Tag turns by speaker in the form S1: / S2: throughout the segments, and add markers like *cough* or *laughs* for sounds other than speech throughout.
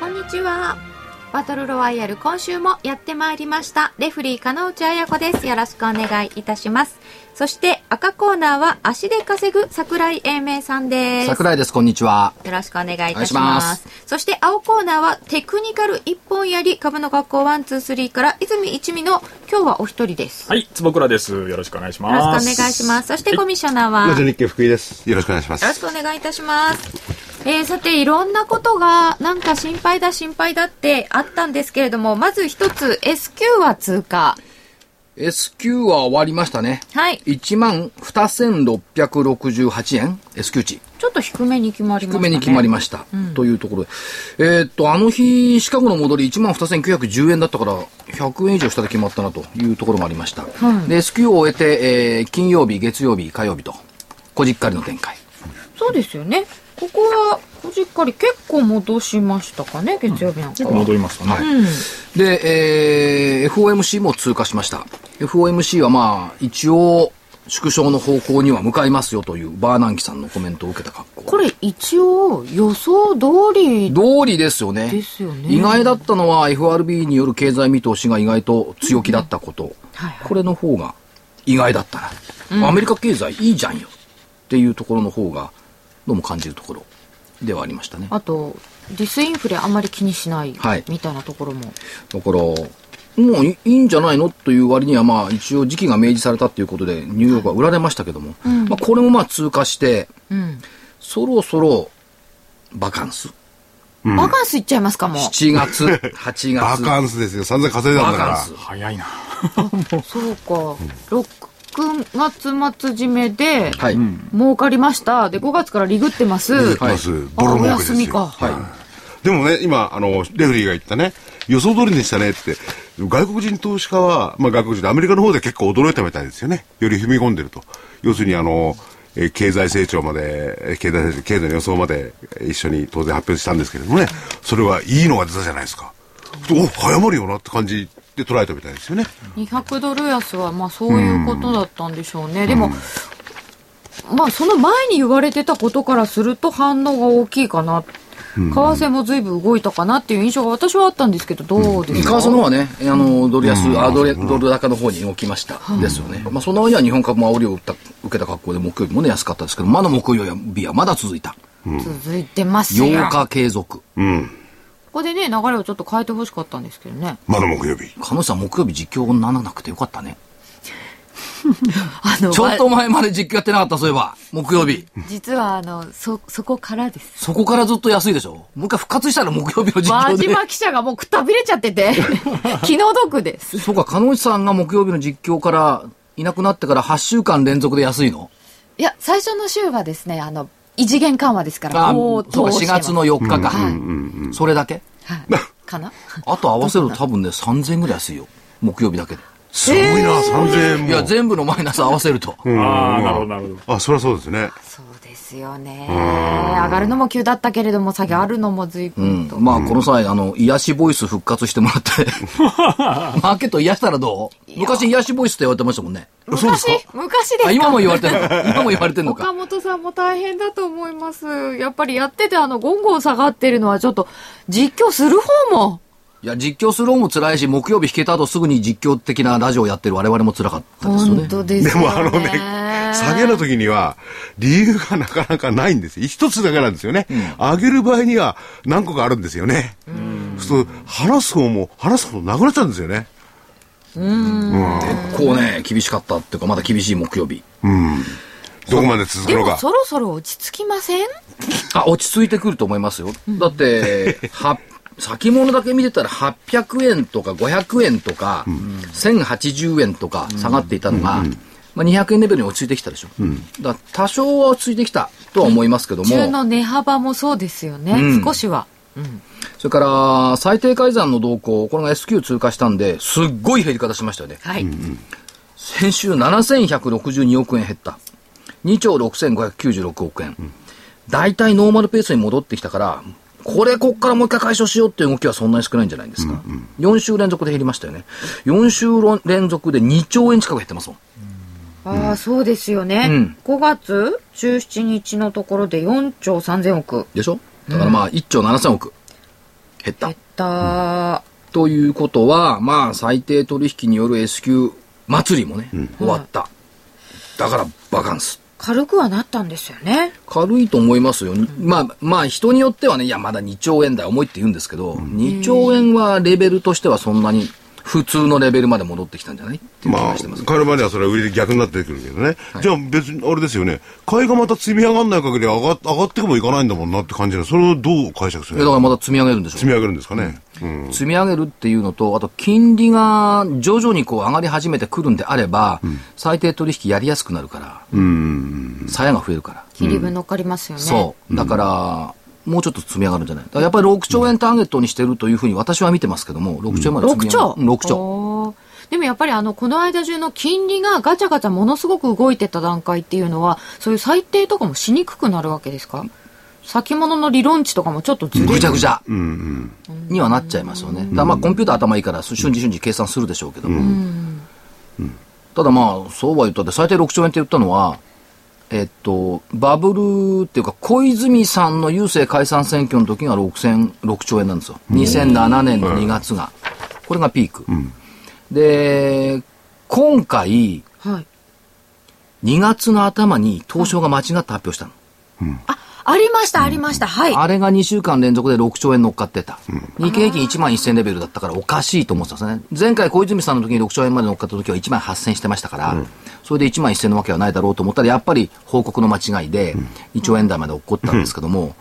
S1: こんにちは。バトルロワイヤル今週もやってまいりました。レフリー、金内彩子です。よろしくお願いいたします。そして赤コーナーは足で稼ぐ桜井英明さんです。
S2: 桜井です、こんにちは。
S1: よろしくお願いいたし
S2: お
S1: ます。
S2: 願いします
S1: そして青コーナーはテクニカル一本やり株の学校ワンツースリーから泉一味の今日はお一人です。
S3: はい、坪倉です。よろしくお願いし
S1: よろしくお
S3: ます。
S1: 願いします。そしてコミッショナーは、
S4: ラジオ
S1: よ
S4: 日経福井です。
S5: よろしくお願いしま
S1: ろし
S5: す。
S1: くお願いいたします。えー、さて、いろんなことが、なんか心配だ、心配だってあったんですけれども、まず一つ、S q は通過。
S2: S q は終わりましたね。
S1: はい。
S2: 1万2668円、S q 値。
S1: ちょっと低めに決まりました、
S2: 低
S1: ね。
S2: めに決まりました。というところで。えーっと、あの日、シカゴの戻り1万2910円だったから、100円以上下で決まったなというところもありました。で、S q を終えて、えー金曜日、月曜日、火曜日と、こじっかりの展開。
S1: そうですよね。ここは、こじっかり結構戻しましたかね、月曜日なんかは。
S3: 戻りましたね。
S2: はいで、えー FOMC も通過しました。FOMC はまあ、一応、縮小の方向には向かいますよという、バーナンキさんのコメントを受けた格好。
S1: これ一応予想通り
S2: 道理ですよね。
S1: ですよね
S2: 意外だったのは FRB による経済見通しが意外と強気だったこと。
S1: はいはい
S2: これの方が意外だったな、アメリカ経済いいじゃんよっていうところの方が、どうも感じるところではありましたね。
S1: あとディスインフレあんまり気にしない
S2: はい
S1: みたいなところも、
S2: だから、もういいいんじゃないのという割には、まあ、一応時期が明示されたということで、ニューヨークは売られましたけども、まあ、これもまあ通過して、
S1: うん
S2: そろそろ、バカンス。
S1: バカンスいっちゃいますかも
S2: 7月、8月。
S5: バカ
S2: ンス。
S5: ンスですよ。散々稼いだ
S2: バ
S5: んだ
S2: カン
S5: か
S2: ス。
S3: 早いな。
S1: そうか6月末締めで、
S2: はい。
S1: 儲かりましたで5月からリグってます、
S5: ら。バカンス、ボロ
S1: あお
S5: 儲けで
S1: 休
S5: す
S1: みか、
S5: よ。でもね、今、あの、レフリーが言ったね、予想通りでしたねって、外国人投資家は、まあ外国人、アメリカの方で結構驚いたみたいですよね。より踏み込んでると。要するに、あの、えー経済成長まで、えー経済成長、経済の予想までえー一緒に当然発表したんですけれどもね、それはいいのが出たじゃないですか。お、早まるよなって感じで捉えたみたいですよね。
S1: 200ドル安はまあそういうことだったんでしょうね、でも、まあその前に言われてたことからすると反応が大きいかな、為替も随分動いたかなっていう印象が私はあったんですけどどうです
S2: 為
S1: か、
S2: 替の方はね、あの、ドル安、あドルドル高の方に動きました。ですよね。まあ、その割には日本株も煽りを打った受けた格好で、木曜日もね、安かったですけど、まだ木曜日はまだ続いた。
S1: 続いてますよ
S2: 8日継続。
S1: ここでね流れをちょっと変えてほしかったんですけどね
S5: まだ木曜日。
S2: 彼女さん、木曜日実況にならなくてよかったね。
S1: あの
S2: ちょっと前まで実況やってなかった、そういえば。木曜日。
S1: 実はあのそそこからです
S2: そこからずっと安いでしょもう一回復活したら木曜日の実
S1: 和
S2: 況で。
S1: 島記者がもうくたびれちゃってて気の毒です
S2: *laughs* そうか、鹿野内さんが木曜日の実況からいなくなってから8週間連続で安いの
S1: いや最初の週はですねあの異次元緩和ですか
S2: あ
S1: ら
S2: あ、
S1: 高
S2: そう
S1: 騰
S2: か、
S1: して
S2: 4
S1: ます
S2: 月の4日か。
S1: はい
S2: それだけ *laughs*
S1: はい、かな *laughs*
S2: あと合わせると多分ね、3000円ぐらい安いよ。木曜日だけで。
S5: すごいな、3000円
S2: いや、
S5: も。
S2: 全部のマイナス合わせると。
S3: ああ、なるほど、なるほど。
S5: あ、そりゃそうですね。
S1: そうですよね上がるのも急だったけれども下げるのも随分と、
S2: まあ、この際、あの、癒しボイス復活してもら *laughs* って。マーケット癒したらどう昔癒しボイスって言われてましたもんね。
S5: そうです
S1: 昔
S5: か
S1: 昔です
S2: あ、
S1: か
S2: 今も言われてんのか。今も言われてんのか *laughs*
S1: 岡。本さんも大変だと思いますやっぱりやっててあのゴンゴン下がってるのはちょっと実況する方も
S2: いや、実況する方も辛いし、木曜日弾けた後すぐに実況的なラジオをやってる我々も辛かったですよ
S1: 本
S2: ね。
S1: 当ですよ
S5: で
S1: ね
S5: もあのね、下げの時には理由がなかなかないんですよ。一つだけなんですよね。上げる場合には何個かあるんですよね。そうすると話す方も話すことなくなっちゃうんですよね。
S2: こうね、厳しかったっていうか、まだ厳しい木曜日。
S5: どこまで続く
S1: で
S5: の
S1: も
S5: か。
S1: そろそろ落ち着きません
S2: あ、落ち着いてくると思いますよ。だって、は、先物だけ見てたら800円とか500円とか、1080円とか下がっていたのが、まあ、200円レベルに落ち着いてきたでしょ。だから多少は落ち着いてきたとは思いますけども、
S1: 中の値幅もそうですよね、
S2: うん
S1: 少しは
S2: それから、最低改ざんの動向、これが S q 通過したんで、すっごい減り方しましたよね。
S1: はい。
S2: 先週7162億円減った。2兆6596億円。大体ノーマルペースに戻ってきたから、これこっからもう一回解消しようっていう動きはそんなに少ないんじゃないですか。4週連続で減りましたよね。4週連続で2兆円近く減ってますもん。
S1: ああ、そうですよね。
S2: うん
S1: 5月17日のところで4兆3000億。
S2: でしょだからまあ1兆7000億減った
S1: 減っ。た。
S2: ということは、まあ、最低取引による S q 祭りもね、終わった。だから、バカンス。
S1: 軽くはなったんですよね。
S2: 軽いと思いますよ。まあ、まあ、人によってはね、いや、まだ2兆円だ、重いって言うんですけど、2兆円はレベルとしてはそんなに、普通のレベルまで戻ってきたんじゃないっていう気
S5: まあ
S2: がしてます。、
S5: 買える前にはそれは売りで逆になってくるけどね。じゃあ別に、あれですよね。買いがまた積み上がんない限り上が上がってもいかないんだもんなって感じで、それをどう解釈す
S2: いやだ
S5: る
S2: か
S5: の
S2: らまだ積み上げるんでしょ
S5: 積み上げるんですかね。うん。
S2: 積み上げるっていうのと、あと金利が徐々にこう上がり始めてくるんであれば、最低取引やりやすくなるから、鞘が増えるから。
S1: 切り分乗っかりますよね。
S2: そう。だから、もうちょっと積み上がるんじゃないだからやっぱり6兆円ターゲットにしてるというふうに私は見てますけども、6兆円まで積み
S1: 6
S2: 上が
S1: 兆
S2: る。うん6兆。
S1: おーでもやっぱりあのこの間中の金利がガチャガチャものすごく動いてた段階っていうのはそういう裁定とかもしにくくなるわけですか先物の理論値とかもちょっとずれ
S2: ぐちゃ
S1: る
S2: ぐちゃにはなっちゃいますよね。だからまあコンピューター頭いいからす瞬時瞬時計算するでしょうけども。ただまあ、そうは言ったって最低6兆円って言ったのは、えっと、バブルっていうか、小泉さんの郵政解散選挙の時が6000 6兆円なんですよ。2007年の2月が。これがピーク。で、今回、
S1: はい、
S2: 2月の頭に東証が間違って発表したの。
S1: ありましたありました、はい
S2: あれが2週間連続で6兆円乗っかってた。日経平均1万1000レベルだったからおかしいと思ってたんですね。前回小泉さんの時に6兆円まで乗っかった時は1万8000してましたから、それで1万1000のわけはないだろうと思ったら、やっぱり報告の間違いで2兆円台まで起こったんですけども、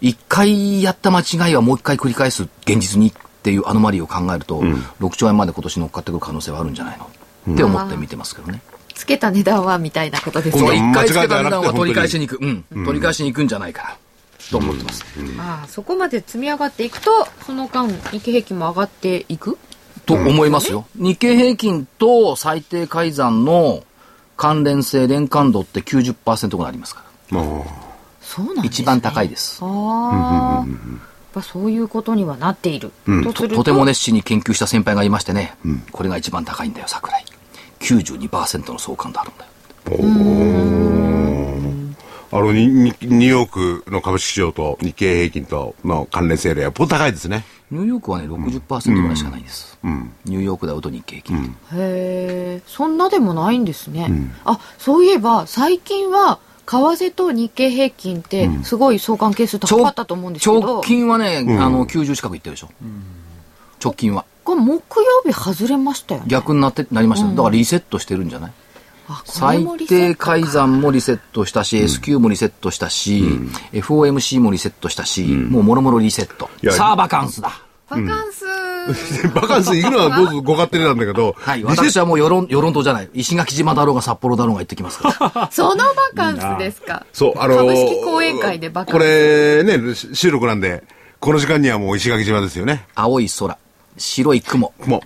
S2: 1回やった間違いはもう1回繰り返す現実にっていうアノマリーを考えると、6兆円まで今年乗っかってくる可能性はあるんじゃないの、って思って見てますけどね。
S1: つけた値段はみたいなことです
S5: 今
S2: そ
S5: 度
S2: う
S5: は
S2: 一回つけた値
S5: 間違
S2: 段
S5: いではなく
S2: は
S5: て
S2: 取り返しに行く、うん、取り返しに行くんじゃないかなと思ってます、
S1: ああそこまで積み上がっていくとその間日経平均も上がっていく
S2: と思いますよ、日経平均と最低改ざんの関連性連関度って90%ぐらいありますから
S5: ま
S1: そうなんです、ね、
S2: 一番高いです
S1: ああ、やっぱそういうことにはなっている、とす
S2: と
S1: ると
S2: とても熱心に研究した先輩がいましてね、これが一番高いんだよ桜井92%の相関度あるんだよ
S5: あ、あの、ニニニューヨークの株式市場と日経平均との関連性で、やっぱ高いですね。
S2: ニューヨークはね60%ぐらいしかないんです、
S5: ん
S2: ニューヨークダウと日経平均って、
S1: へえそんなでもないんですね、あそういえば最近は為替と日経平均ってすごい相関係数高かったと思うんですけど、
S2: 直近はね、あの90近くいってるでしょ、直近は
S1: が木曜日外れましたよね
S2: 逆になってなりましたね、だからリセットしてるんじゃない
S1: あこれ
S2: 最
S1: もリセッ
S2: 低
S1: トか
S2: 改ざんもリセットしたし、S q もリセットしたし、FOMC もリセットしたし、もうもろもろリセット
S5: い。や
S2: さあ、バカンスだ。
S1: バカン
S2: *laughs*
S1: ス、
S5: バカンス行くのはどうぞご勝手になんだけど、
S2: はい、私はもう世論、世論党じゃない。石垣島だろうが札幌だろうが言ってきますから。
S1: そのバカンスですか
S5: そう、あのー
S1: 株式講演会でバカンス
S5: これね、し収録なんで、この時間にはもう石垣島ですよね。
S2: 青い空、白い雲、
S5: も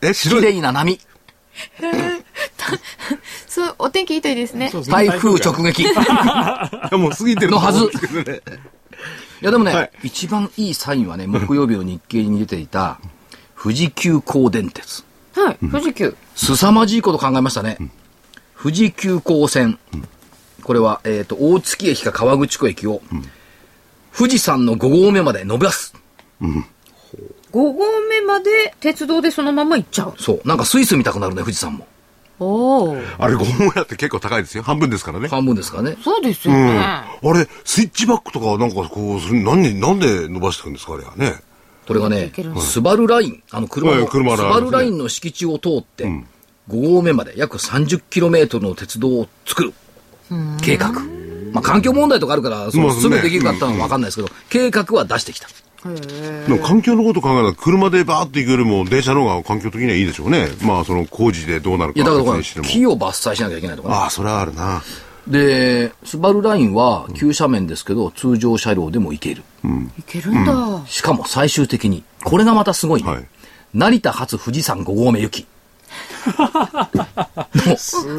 S5: う、え、
S2: 綺
S5: 白い。
S2: 麗な波、
S1: そうお天気いいといいですね
S2: 台風直撃の
S5: もう過ぎてると思
S2: はず
S5: うんで。すけどね
S2: いやでもね、
S5: はい
S2: 一番いいサインはね、木曜日の日経に出ていた、富士急行電鉄。
S1: はい富士急
S2: 凄まじいこと考えましたね。富士急行線。これは、えっ、と、大月駅か川口湖駅を、富士山の5合目まで伸ばす。
S1: 5合目まで鉄道でそのまま行っちゃう
S2: そう。なんかスイス見たくなるね、富士山も。
S1: おお
S5: あれ、ゴムやって結構高いですよ。半分ですからね。
S2: 半分ですからね。
S1: そうですよね、
S5: うん。あれ、スイッチバックとかなんかこう、それ何、なんで伸ばしてるんですか、あれはね。
S2: これが
S1: なん
S2: ね
S1: かいける、
S2: スバルライン、あの車
S5: は
S2: の、
S5: い車の
S2: スバルラインの敷地を通って、5合目まで約 30km の鉄道を作る計画。まあ、環境問題とかあるから、そ
S5: ま
S2: の
S5: あね
S2: すぐできるかったのは分かんないですけど、計画は出してきた。
S5: でも環境のこと考えたら、車でバーって行くよりも、電車の方が環境的にはいいでしょうね。まあ、その工事でどうなる
S2: い
S5: か
S2: や、だから
S5: 別
S2: これ
S5: にしても。
S2: 木を伐採しなきゃいけないとかね。
S5: ああ、それはあるな。
S2: で、スバルラインは急斜面ですけど、通常車両でも行ける。
S1: いけるんだ。
S2: しかも最終的に、これがまたすごいね、
S5: はい
S2: 成田発富士山5合目行
S5: *laughs*
S2: き。の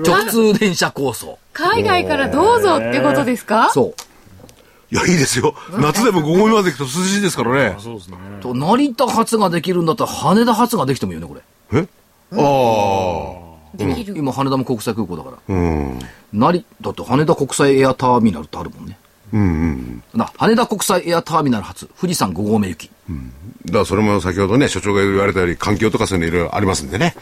S2: 直通電車構想。
S1: 海外からどうぞってことですか
S2: そう。
S5: いや、いいですよ。夏でも5合目まで行くと涼しいですからね。
S3: そうですね。
S2: と成田発ができるんだったら羽田発ができてもいいよねこれ
S5: えあ
S1: できる。
S2: 今羽田も国際空港だから
S5: あ。うん。
S2: 成だって羽田国際エアターミナルってあるもんね
S5: うんうん。
S2: な羽田国際エアターミナル発富士山5合目行き
S5: だからそれも先ほどね、所長が言われたように、環境とかそういうのいろいろありますんでね。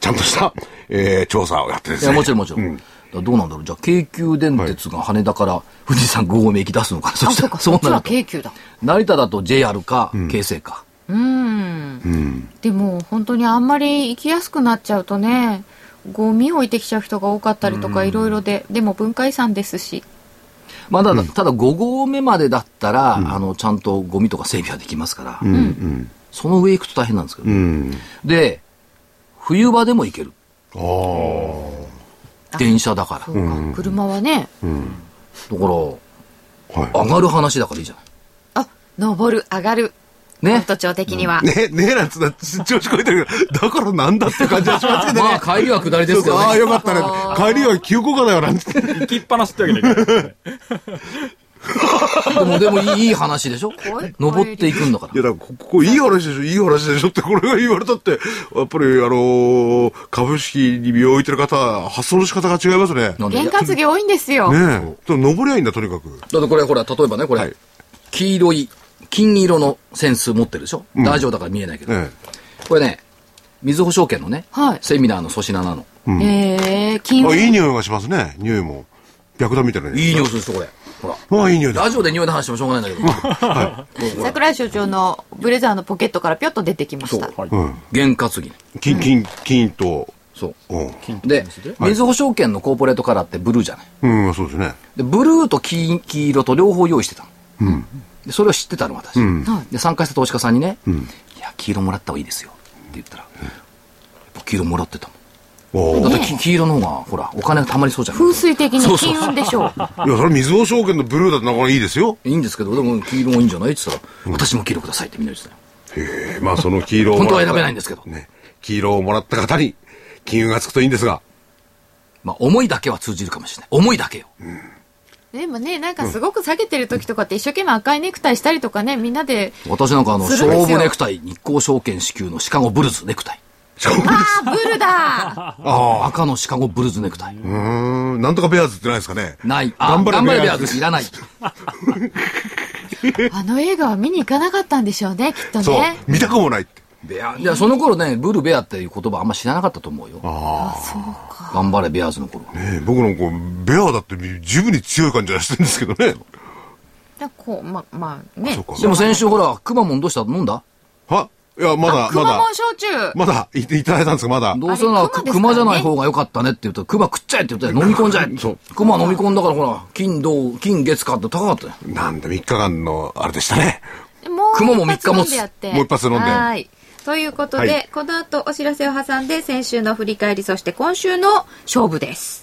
S5: ちゃんとした、えー、調査をやってで
S2: い
S5: す
S2: や
S5: ね。
S2: もちろんもちろん、だからどうなんだろうじゃあ京急電鉄が羽田から富士山5合目行き出すのかな、そ
S1: あ、
S2: した
S1: そう
S2: ら
S1: か、
S2: そ
S1: そうっち
S2: な
S1: は
S2: ると
S1: 京急だ。
S2: 成田だと JR か京成か、
S1: うん。でも、本当にあんまり行きやすくなっちゃうとね、ゴミ置いてきちゃう人が多かったりとか、いろいろで、でも文化遺産ですし。
S2: まあただ、ただ5合目までだったら、あのちゃんとゴミとか整備はできますから、
S5: うん
S2: その上行くと大変なんですけど、
S5: うん。うん。
S2: で冬場でも行ける
S5: ああ。
S2: 電車だから
S1: そうか、車はね、
S2: だから、
S5: は。。
S2: 上がる話だからいいじゃ
S1: あ、登る、上がる。
S2: ない。ね。
S1: 都庁的にはい
S5: ね、ねえなんつな、調子こいてるけど、だからなんだって感じがしますけど
S2: *laughs*
S5: ね。
S2: まあ、帰りは下りですけど
S5: ああ、
S2: ね。
S5: よかったね。帰りは急降下だよ、なんつって。
S3: 行きっぱなしってわけにはいかない。
S2: でも、でもいいいい話でしょ登っていくんだか
S5: いや、
S2: ら。
S5: だから、こここいい話でしょ、いい話でしょって、これが言われたって、やっぱり、あのー株式に身を置いてる方は、発想の仕方が違いますね。ね
S2: なんで、い
S1: 験
S2: や
S1: 担ぎ多いんですよ。
S5: え。でも登りゃいいんだ、とにかく。
S2: だってこれ、ほら、例えばね、これ、
S5: はい
S2: 黄色い、金色の扇子持ってるでしょ、ラジオだから見えないけど。
S5: ね
S2: これね、みずほ証券のね、
S1: はい
S2: セミナーの粗品なの。
S1: えー、金
S5: え。あ、いい匂いがしますね、匂いも。白檀みたいなね。
S2: いい匂いするでしょ、これ。ほら。
S5: ああ、いい匂いだ。
S2: ラジオで匂いの話してもしょうがないんだけど、
S1: 桜井所長のブレザーのポケットからぴょっと出てきました。
S5: うん。
S2: 験担ぎね。
S5: 金、金、金と、
S2: そう。
S5: う
S2: で、みずほ証券のコーポレートカラーってブルーじゃない。
S5: ん。うん、そうですね。
S2: で、ブルーと金黄色と両方用意してたの。で、それを知ってたの、私。で、参加した投資家さんにね、いや、黄色もらった方がいいですよ。って言ったら、やっぱ黄色もらってた
S5: お
S2: もん。
S5: お。
S2: だってき黄色の方が、ほら、お金が貯まりそうじゃん。
S1: 風水的に金運で
S2: *laughs*
S1: しょう。
S5: いや、それ、水尾証券のブルーだとなかなかいいですよ。
S2: いいんですけど、でも黄色もいいんじゃないって言ったら、私も黄色くださいってみんな言ってたよ。
S5: ええ、まあ、その黄色をも
S2: 本
S5: らっ
S2: 当は
S5: た。
S2: 選べないんですけど。
S5: ね。黄色をもらった方に、金運がつくといいんですが。
S2: まあ、思いだけは通じるかもしれない。思いだけよ。
S1: でもね、なんかすごく下げてる時とかって一生懸命赤いネクタイしたりとかね、みんな
S2: *laughs*
S1: で、
S2: 私なんかあの、
S1: するん
S2: 勝
S1: ですよ
S2: 負ネクタイ、日興証券支給のシカゴブルズネクタイ。
S1: あ、ブルだ
S5: ああ。
S2: 赤のシカゴブルズネクタイ。
S5: うーん。なんとかベアーズってないですかね。
S2: ない。あ、
S5: 頑張れ
S2: 頑張れベ
S5: ベ
S2: ア
S5: ア
S2: ー
S5: ーズ
S2: ズいらない。
S1: あの映画は見に行かなかったんでしょうね、きっと
S5: そう
S1: ね。。
S5: 見たくもないって。
S2: ベア、いや、その頃ね、ブルベアっていう言葉あんま知らなかったと思うよ。頑張れ、ベアーズの頃は。
S5: ねえ僕のこう、ベアだって十分に強い感じがしてるんですけどね。
S1: だこう、ま、まあね。
S5: *laughs* そうか
S2: でも先週ほら、くまモンどうした飲んだ
S5: はいや、ま
S1: あ、、
S5: だま
S1: 熊
S5: だ
S1: 本、焼酎、
S5: まだいいただいたんですか、まだ。
S2: どうせなら、
S1: あれ熊ですからね
S2: くまじゃない方が良かったねって言ったら、くま食っちゃえって言ったら、飲み込んじゃえ。そう。くま飲み込んだからほら、金、銅、金、月かって高かったよ。
S5: なんだ、3日間の、あれでしたね。
S1: もう
S2: 熊も
S1: 一発
S2: 三日持つ
S1: 飲んでやって
S5: もう一発飲んで
S1: はい。ということで、
S5: はい
S1: この後お知らせを挟んで、先週の振り返り、そして今週の勝負です。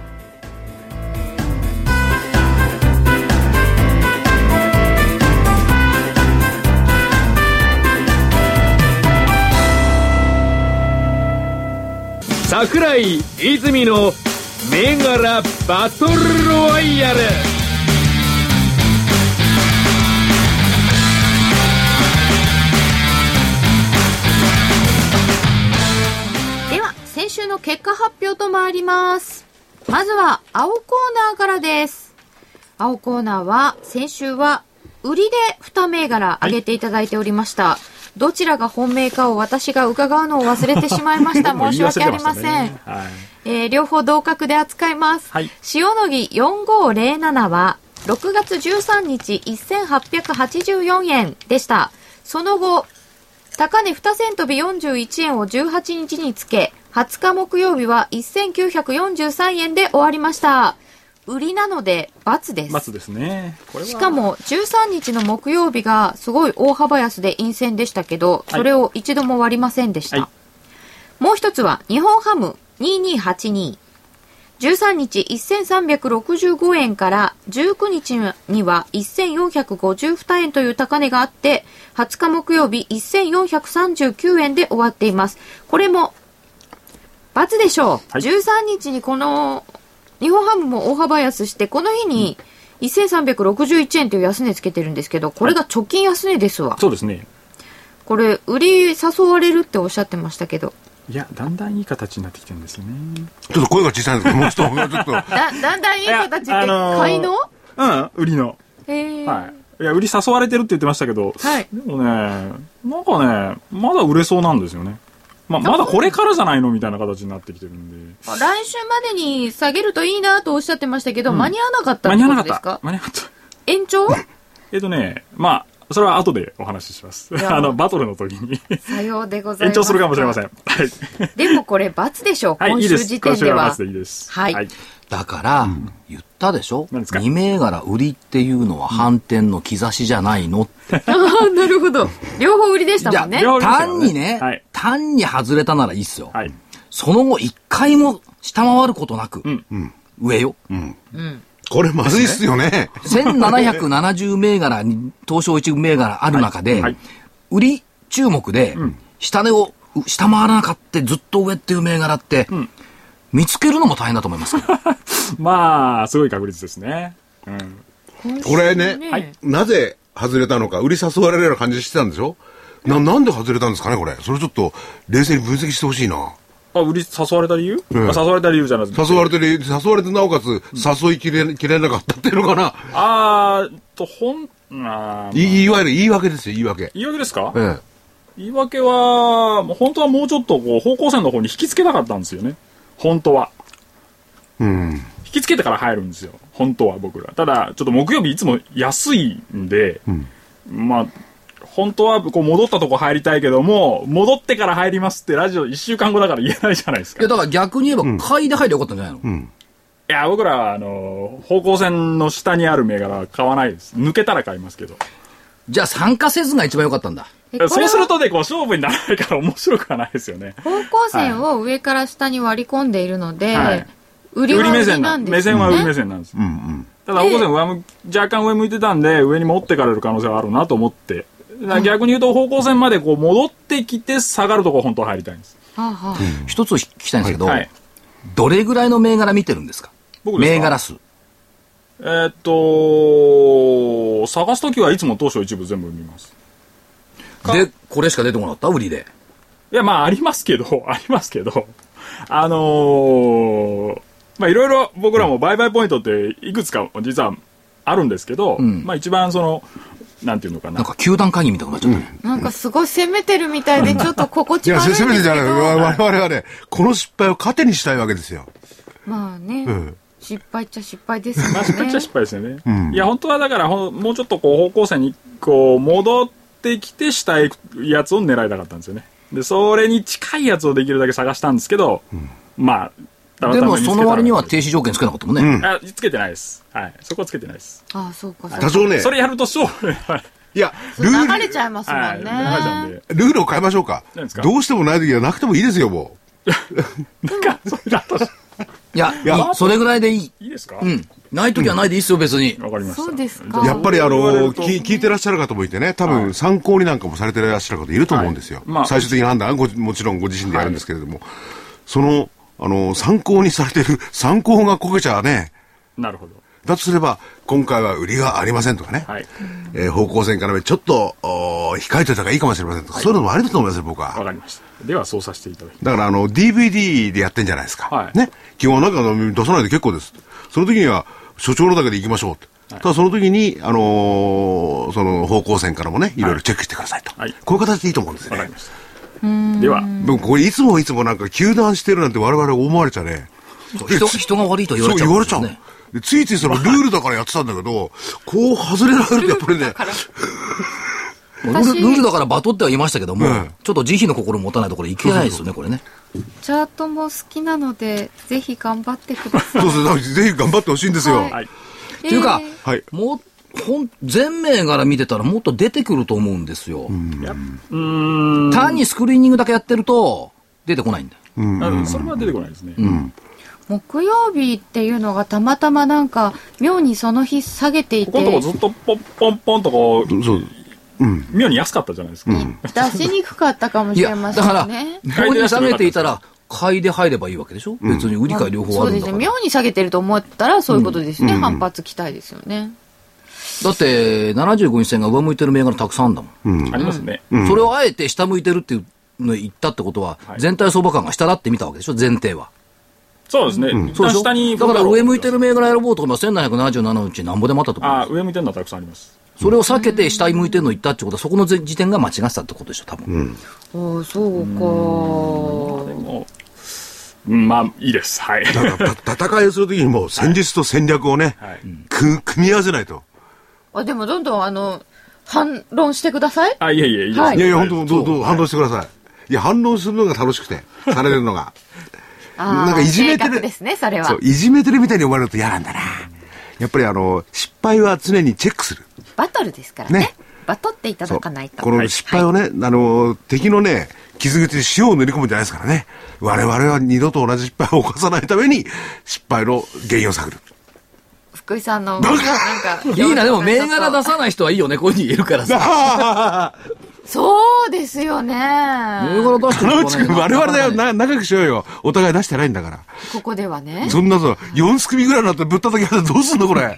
S6: 桜井泉の銘柄バトルロワイヤル
S1: では先週の結果発表と参りますまずは青コーナーからです青コーナーは先週は売りで2銘柄上げていただいておりました、どちらが本命かを私が伺うのを忘れてしまいま *laughs* した申し訳ありません、
S3: はい。
S1: えー両方同格で扱います、
S3: はい
S1: 塩野義4507は6月13日1884円でしたその後高値2千飛び41円を18日につけ20日木曜日は1943円で終わりました売りなので×です
S3: 松ですね。これは
S1: しか、も13日の木曜日がすごい大幅安で陰線でしたけど、
S3: はい
S1: それを一度も割りませんでした、
S3: はい
S1: もう一つは日本ハム2282 13日1365円から19日には1452円という高値があって20日木曜日1439円で終わっていますこれも×でしょう、
S3: はい
S1: 13日にこの日本ハムも大幅安してこの日に1361円という安値つけてるんですけどこれが貯金安値ですわ
S3: そうですね。
S1: これ売り誘われるっておっしゃってましたけど
S3: いや、だんだんいい形になってきてるんですよね。
S5: ちょっと声が小さいん *laughs* ですけど、もうちょっと、もうちょっと。
S1: だだんだんいい形で
S3: いやあのー
S1: 買いの、
S3: うん、売りの。
S1: えー
S3: はい。いや、売り誘われてるって言ってましたけど、
S1: はい
S3: でもね、なんかね、まだ売れそうなんですよね。まあ、まだこれからじゃないのみたいな形になってきてるんで。
S1: 来週までに下げるといいなとおっしゃってましたけど、間に合わなかったっ
S3: 間
S1: て
S3: に合
S1: こと
S3: わな
S1: です
S3: かっ
S1: か
S3: た。間に合わなかった。
S1: 延長
S3: えっとね、まあ、それは後でお話しします。
S1: や
S3: *laughs* あの、バトルの時に
S1: さようでござい
S3: 延
S1: ます
S3: 長するかもしれません。はい。
S1: でもこれ罰でしょう、
S3: はい、
S1: 今
S3: いいで
S1: 週
S3: す。
S1: 時点で
S3: 今週は
S1: は
S3: 罰でいいです。
S1: はい
S2: だから、言ったでしょ
S3: 何ですか
S2: 二銘柄売りっていうのは反転の兆しじゃないの、
S1: ああなるほど両方売りでしたもんね
S3: いや両方
S2: 単にね、
S3: はい
S2: 単に外れたならいいっすよ。
S3: はい。
S2: その後一回も下回ることなく、
S3: ん
S2: 上よ。
S5: これまずいっすよね。
S2: 1770銘柄に、東証一銘柄ある中で、
S3: いはい
S2: 売り注目で、下値をう下回らなかったずっと上っていう銘柄って、見つけるのも大変だと思い
S3: *laughs*
S2: ますけど
S3: まあ、すごい確率ですね。うん。
S5: これね、
S1: はい
S5: なぜ外れたのか、売り誘われるような感じしてたんでしょな、なんで外れたんですかね、これ。それちょっと、冷静に分析してほしいな。
S3: あ、売り誘われた理由、
S5: うん
S3: あ誘われた理由じゃないです
S5: 誘われてる、誘われてなおかつ、誘いきれ、きれなかったっていうのかな。
S3: あーと、ほん、あー
S5: い、いわゆる言い訳ですよ、言い訳。
S3: 言い訳ですか
S5: え
S3: 言い訳は、もう本当はもうちょっとこう方向線の方に引きつけたかったんですよね。本当は。
S5: え。うん。
S3: 引きつけてから入るんですよ。本当は僕ら。ただ、ちょっと木曜日いつも安いんで、まあ、本当はこう戻ったとこ入りたいけども、戻ってから入りますってラジオ1週間後だから言えないじゃないです
S2: い
S3: か。
S2: や、
S3: い
S2: だから逆に言えば買いで入りゃよかったんじゃないの、
S3: や、僕らはあの、方向線の下にある銘柄は買わないです。抜けたら買いますけど。
S2: じゃあ参加せずが一番よかったんだ。
S1: えこれは
S3: そうするとね、こう勝負にならないから面白くはないですよね。
S1: 方向線を上から下に割り込んでいるので、
S3: はい
S1: 売りは
S3: 売り
S1: 売
S3: 目
S1: り
S3: 線
S1: な
S3: なんん
S1: で
S3: 目
S1: すよ
S3: 線は売り
S1: ね
S3: 目線なんです。ただ、大越さん上向き、若干上向いてたんで、上に持ってかれる可能性はあるなと思って。だから逆に言うと、方向線までこう戻ってきて、下がるとこ本当は入りたいんです。
S1: はあはあ
S2: 一つ聞きたいんですけど、
S3: はい。
S2: どれぐらいの銘柄見てるんですか
S3: 僕ですか
S2: 銘柄数。
S3: えーっと、探すときはいつも当初一部全部見ます。か
S2: で、これしか出てこなかった売りで。
S3: いや、まあ、ありますけど、 *laughs* ありますけど、あのーまあ、いろいろ僕らも売買ポイントっていくつか実はあるんですけど、
S2: ん
S3: まあ、一番その、なんていうのかな。
S2: なんか球団会議みたいになっちゃったね。
S1: なんかすごい攻めてるみたいでちょっと心
S5: い
S1: 地
S5: や、
S1: 悪いん
S5: せ
S1: ですけ
S5: せ
S1: ど
S5: めてじゃない。我々はね、この失敗を糧にしたいわけですよ。
S1: まあね、
S5: ん
S1: 失敗っちゃ失敗ですよね
S3: まあ、失敗っちゃ失敗ですよね。
S5: ん
S3: いや、本当はだから、ほんもうちょっとこう方向線にこう戻ってきて、下へ行くやつを狙いたかったんですよね。で、それに近いやつをできるだけ探したんですけど、まあ、改め
S2: で
S3: に
S2: も、
S3: つけた
S2: その割には停止条件つけなかったもんね。
S3: あ、つけてないです。はい。そこはつけてないです。
S1: ああ、そうか、そう
S5: 多
S1: か。
S5: 少ね
S3: そ、れやると勝負、 *laughs* はい。
S5: いや、ルー
S1: 流れ
S5: ル、
S1: ちゃいますもん
S3: はい。
S1: ね。
S3: 長いじゃんで。
S5: ルールを変えましょうか
S3: 何です。か
S5: どうしてもない時はなくてもいいですよ、も
S3: なんか、それだと、
S2: いや、い
S5: や
S2: いそれぐらいでいい。
S3: いいですか
S2: う。ん。ないときはないでいいっすよ、別に。
S3: わかりました。
S1: そうです
S5: う。
S1: か。
S5: やっぱりあ
S3: そう言われ
S5: の、
S3: ると
S5: き聞いてらっしゃる方もいてね、多分参考になんかもされてらっしゃる方いると思うんですよ
S3: はいま。あ
S5: 最終的な判断はごもちろんご自身でやるんですけれども、その、あの、参考にされてる、 *laughs* 参考がこけちゃね、
S3: なるほど。
S5: だとすれば、今回は売りがありませんとかね、
S3: はい。
S5: えー方向線からちょっと、おー控えておいた方がいいかもしれませんとか、そういうのもありだと思いますよ、僕は
S3: わ。かりました。では、そうさせていただきます。
S5: だから、あの、DVD でやってんじゃないですか。
S3: はい
S5: ね。基本なんか出さないで結構です。その時には、所長のだけで行きましょうって。ただその時に、あのーその方向線からもね、いろいろチェックしてくださいと。
S3: はい
S5: こういう形でいいと思うんです
S3: わか
S5: ね
S3: り。ました。では、
S5: でもこれいつもいつもなんか、球団してるなんて我々思われちゃね。
S2: 人、人が悪いと言わ
S5: そう
S2: れちゃう
S5: 言
S2: んで
S5: われ
S2: す
S5: ちゃ
S2: よ
S5: う
S2: ね、
S5: の。でついついそのルールだからやってたんだけど、こう外れられるとやっぱりね、
S2: まあルール
S1: 私
S2: ルールだからバトってはいましたけども、
S5: うん
S2: ちょっと慈悲の心持たないとこれいけないですよね、これね。
S7: チャートも好きなので、ぜひ頑張ってください。
S5: そうですねだから、ぜひ頑張ってほしいんですよ。
S3: はい。
S2: っていうか、
S5: はい
S2: もう、ほん、全銘柄見てたらもっと出てくると思うんですよ。
S3: うーん。
S2: 単にスクリーニングだけやってると、出てこないんだよ。
S3: あそれは出てこないですね。
S1: 木曜日っていうのがたまたまなんか、妙にその日下げてい
S3: こ
S1: て
S3: こ、のとこずっとポンポンポンとこう、
S5: そう。
S3: 妙に安かったじゃないですか。
S1: 出しにくかったかも
S2: い
S1: し
S2: や
S1: れ、ませ
S2: だから
S1: んね。、
S2: ここに下げていたら、買いで入ればいいわけでしょ、別に売り買い両方
S1: そ
S2: あ
S1: う
S2: る
S1: で
S2: んだ
S1: す
S2: か
S1: ね。
S2: ら。
S1: 妙に下げてると思ったらそういうことですね。反発期待ですよね。
S2: だって、75日線が上向いてる銘柄たくさんあんだもん。
S3: ありますね。
S2: それをあえて下向いてるっていうの言ったってことは、
S3: はい
S2: 全体相場感が下だって見たわけでしょ前提は。
S3: そうですね。一
S2: そう
S3: 旦
S2: でしょ
S3: 下に。
S2: だから上向いてる銘柄選ぼうとか、1777のうちなんぼでもあったと思う。
S3: ああ、上向いてるのはたくさんあります。
S2: それを避けて下向いてるの言ったってことは、そこの時点が間違ってたってことでしょ、多分。
S1: おお、そう
S3: でも、うんまあ、いいで
S2: *laughs*
S3: す。はい。
S5: だからた戦いをするときにもう戦術と戦略をね、
S3: はい
S5: く組み合わせないと。
S1: か。あ、でもどんどんあの、反論してください。
S3: あ、いえいえ、いいです
S1: は
S3: ね。
S5: いやいや、
S3: は
S5: 本当どう、どう、反論してください。いや、反論するのが楽しくて、される
S7: *laughs*
S5: のが。
S1: あー
S5: なんかいじめてる
S1: 正確ですね、それは
S5: そう、。いじめてるみたいに思われると嫌なんだな。やっぱりあの、失敗は常にチェックする。
S7: バトルですからね。
S5: ね
S7: バトっていた
S5: そ
S7: だ
S5: う。
S7: かないと。
S5: この失敗をね、あの、敵のね、傷口に塩を塗り込むんじゃないですからね。我々は二度と同じ失敗を起こさないために、失敗の原因
S7: *laughs*
S5: を探る。
S7: 福井さんの、
S2: *laughs*
S7: なんか、
S2: いいな、でも銘柄出さない人はいいよね、こういうふうに言えるからさ。
S1: そうですよね。
S2: 銘柄出して
S5: 金
S2: る
S5: 内君、我々だよ、な、仲良くしようよ。お互い出してないんだから。
S1: ここではね。
S5: *laughs* そんなさ、4すくみぐらいになってぶった時はどうすんのこれ。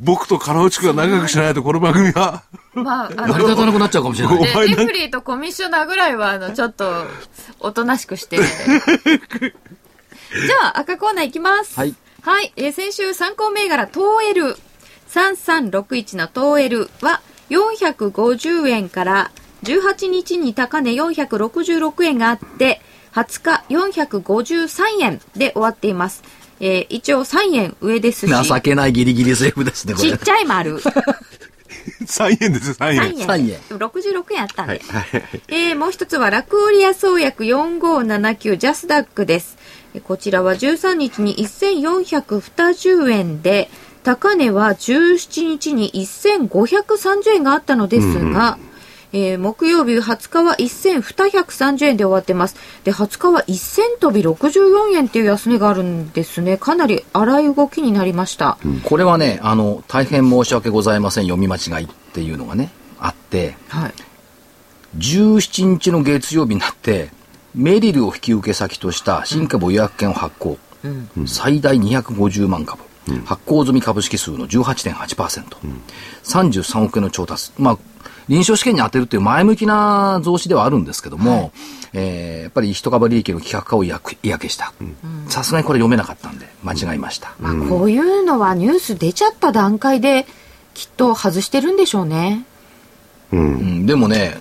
S5: 僕と金内くんは長くしないと、この番組は。 *laughs*
S1: まあ、あ
S2: 成
S1: の
S2: り、立たなくなっちゃうかもしれない。
S5: お
S1: ね
S5: 前
S1: レ
S5: なん
S1: フリーとコミッショナーぐらいは、あの、ちょっと、おとなしく
S2: *laughs*
S1: して。じゃあ、赤コーナーいきます。
S2: はい。
S1: はい。えー先週、参考銘柄、トーエル。3361のトーエルは、450円から、18日に高値466円があって、20日453円で終わっています。えー一応3円上ですし、
S2: 情けないギリギリセーフですね、こ
S1: ち
S2: れ
S1: っ。ちゃい丸。
S5: 3円ですよ、3円。
S1: 3
S2: 三
S1: 円
S2: 円
S1: 66円あったんで、えーもう一つはラクオリア創薬4579ジャスダックですえーこちらは13日に1420円で高値は17日に1530円があったのですが、えー木曜日20日は1230円で終わってますで20日は1000飛び64円っていう安値があるんですねかなり荒い動きになりました、
S2: これはね、あの、大変申し訳ございません、読み間違いっていうのがね、あって、
S1: はい
S2: 17日の月曜日になって、メリルを引き受け先とした新株予約券を発行。最大250万株。発行済み株式数の18.8%。33億円の調達。まあ、臨床試験に当てるという前向きな増資ではあるんですけども、えーやっぱり一株利益の企画化を嫌気嫌気した。さすがにこれ読めなかったんで、間違えました。
S1: まあ、こういうのはニュース出ちゃった段階できっと外してるんでしょうね。
S2: うん、でもね、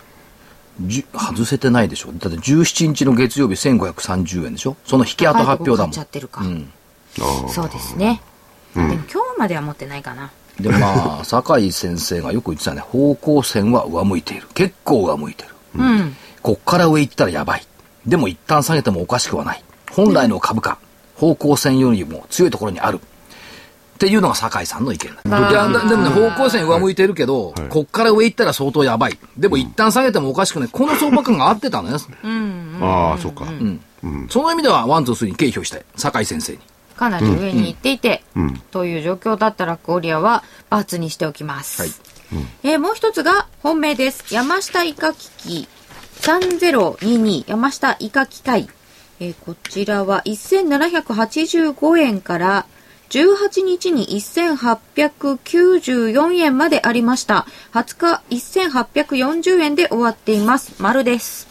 S2: じゅ外せてないでしょ。だって17日の月曜日1530円でしょ。その引き後発表だも
S1: 高いとこ買っちゃってるか
S2: ん。うん、
S1: そうですね。でも今日までは持ってないかな。
S2: で、まあ、酒井先生がよく言ってたね、方向線は上向いている。結構上向いてる。
S1: うん。
S2: こっから上行ったらやばい。でも一旦下げてもおかしくはない。本来の株価、方向線よりも強いところにある。っていうのが酒井さんの意見だ。いや、だでもね、方向線上向いてるけど、
S5: はい
S2: こっから上行ったら相当やばい。でも一旦下げてもおかしくない。この相場感が合ってたのよ。
S5: ああ、そうか。
S2: その意味では、ワン、ツー、スリーに敬意をしたい。酒井先生に。
S1: かなり上に行っていて、
S5: うん
S1: という状況だったらクオリアは×にしておきます、
S2: はい
S1: えーもう一つが本命です山下イカ機器3022山下イカ機械、えーこちらは1785円から18日に1894円までありました20日1840円で終わっています丸です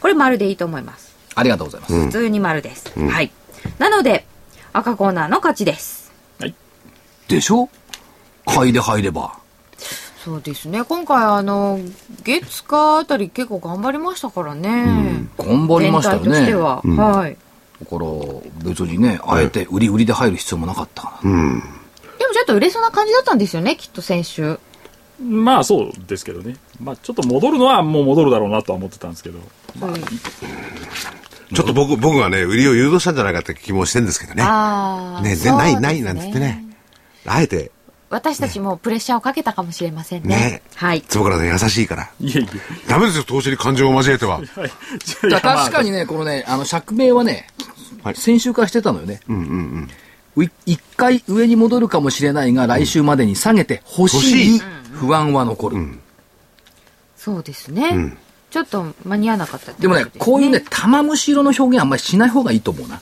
S1: これ丸でいいと思います
S2: ありがとうございます。
S1: 普通に丸です、はいなので赤コーナーの勝ちです
S2: でしょ買いで入れば。
S1: そうですね今回あの月火あたり結構頑張りましたからね、
S2: 頑張りましたよ
S1: 全体として
S2: ね。
S1: は、はい
S2: だから、別にね、あえて売り売りで入る必要もなかったかな。
S1: でもちょっと売れそうな感じだったんですよねきっと先週
S3: まあそうですけどね。まあちょっと戻るのはもう戻るだろうなとは思ってたんですけど。
S5: ちょっと僕、僕はね、売りを誘導したんじゃないかって気もしてんですけどね。
S1: ああ
S5: ね、でない、ないなんつってね。あえて、
S1: 私たちもプレッシャーをかけたかもしれませんね
S5: ね
S1: はい
S5: 坪倉さん優しいから。
S3: いえい
S5: ダメですよ、投資に感情を交えては。
S3: え。
S2: いや確か
S3: に。
S2: にね、このね、あの、釈明はね、先週からしてたのよね。う一回上に戻るかもしれないが、来週までに下げて欲しい
S5: 欲しい
S2: 不安は残る。
S1: そうですね、ちょっと間に合わなかったって
S2: でもね
S1: と、す
S2: こういうね、玉虫色の表現あんまりしない方がいいと思う *laughs* な。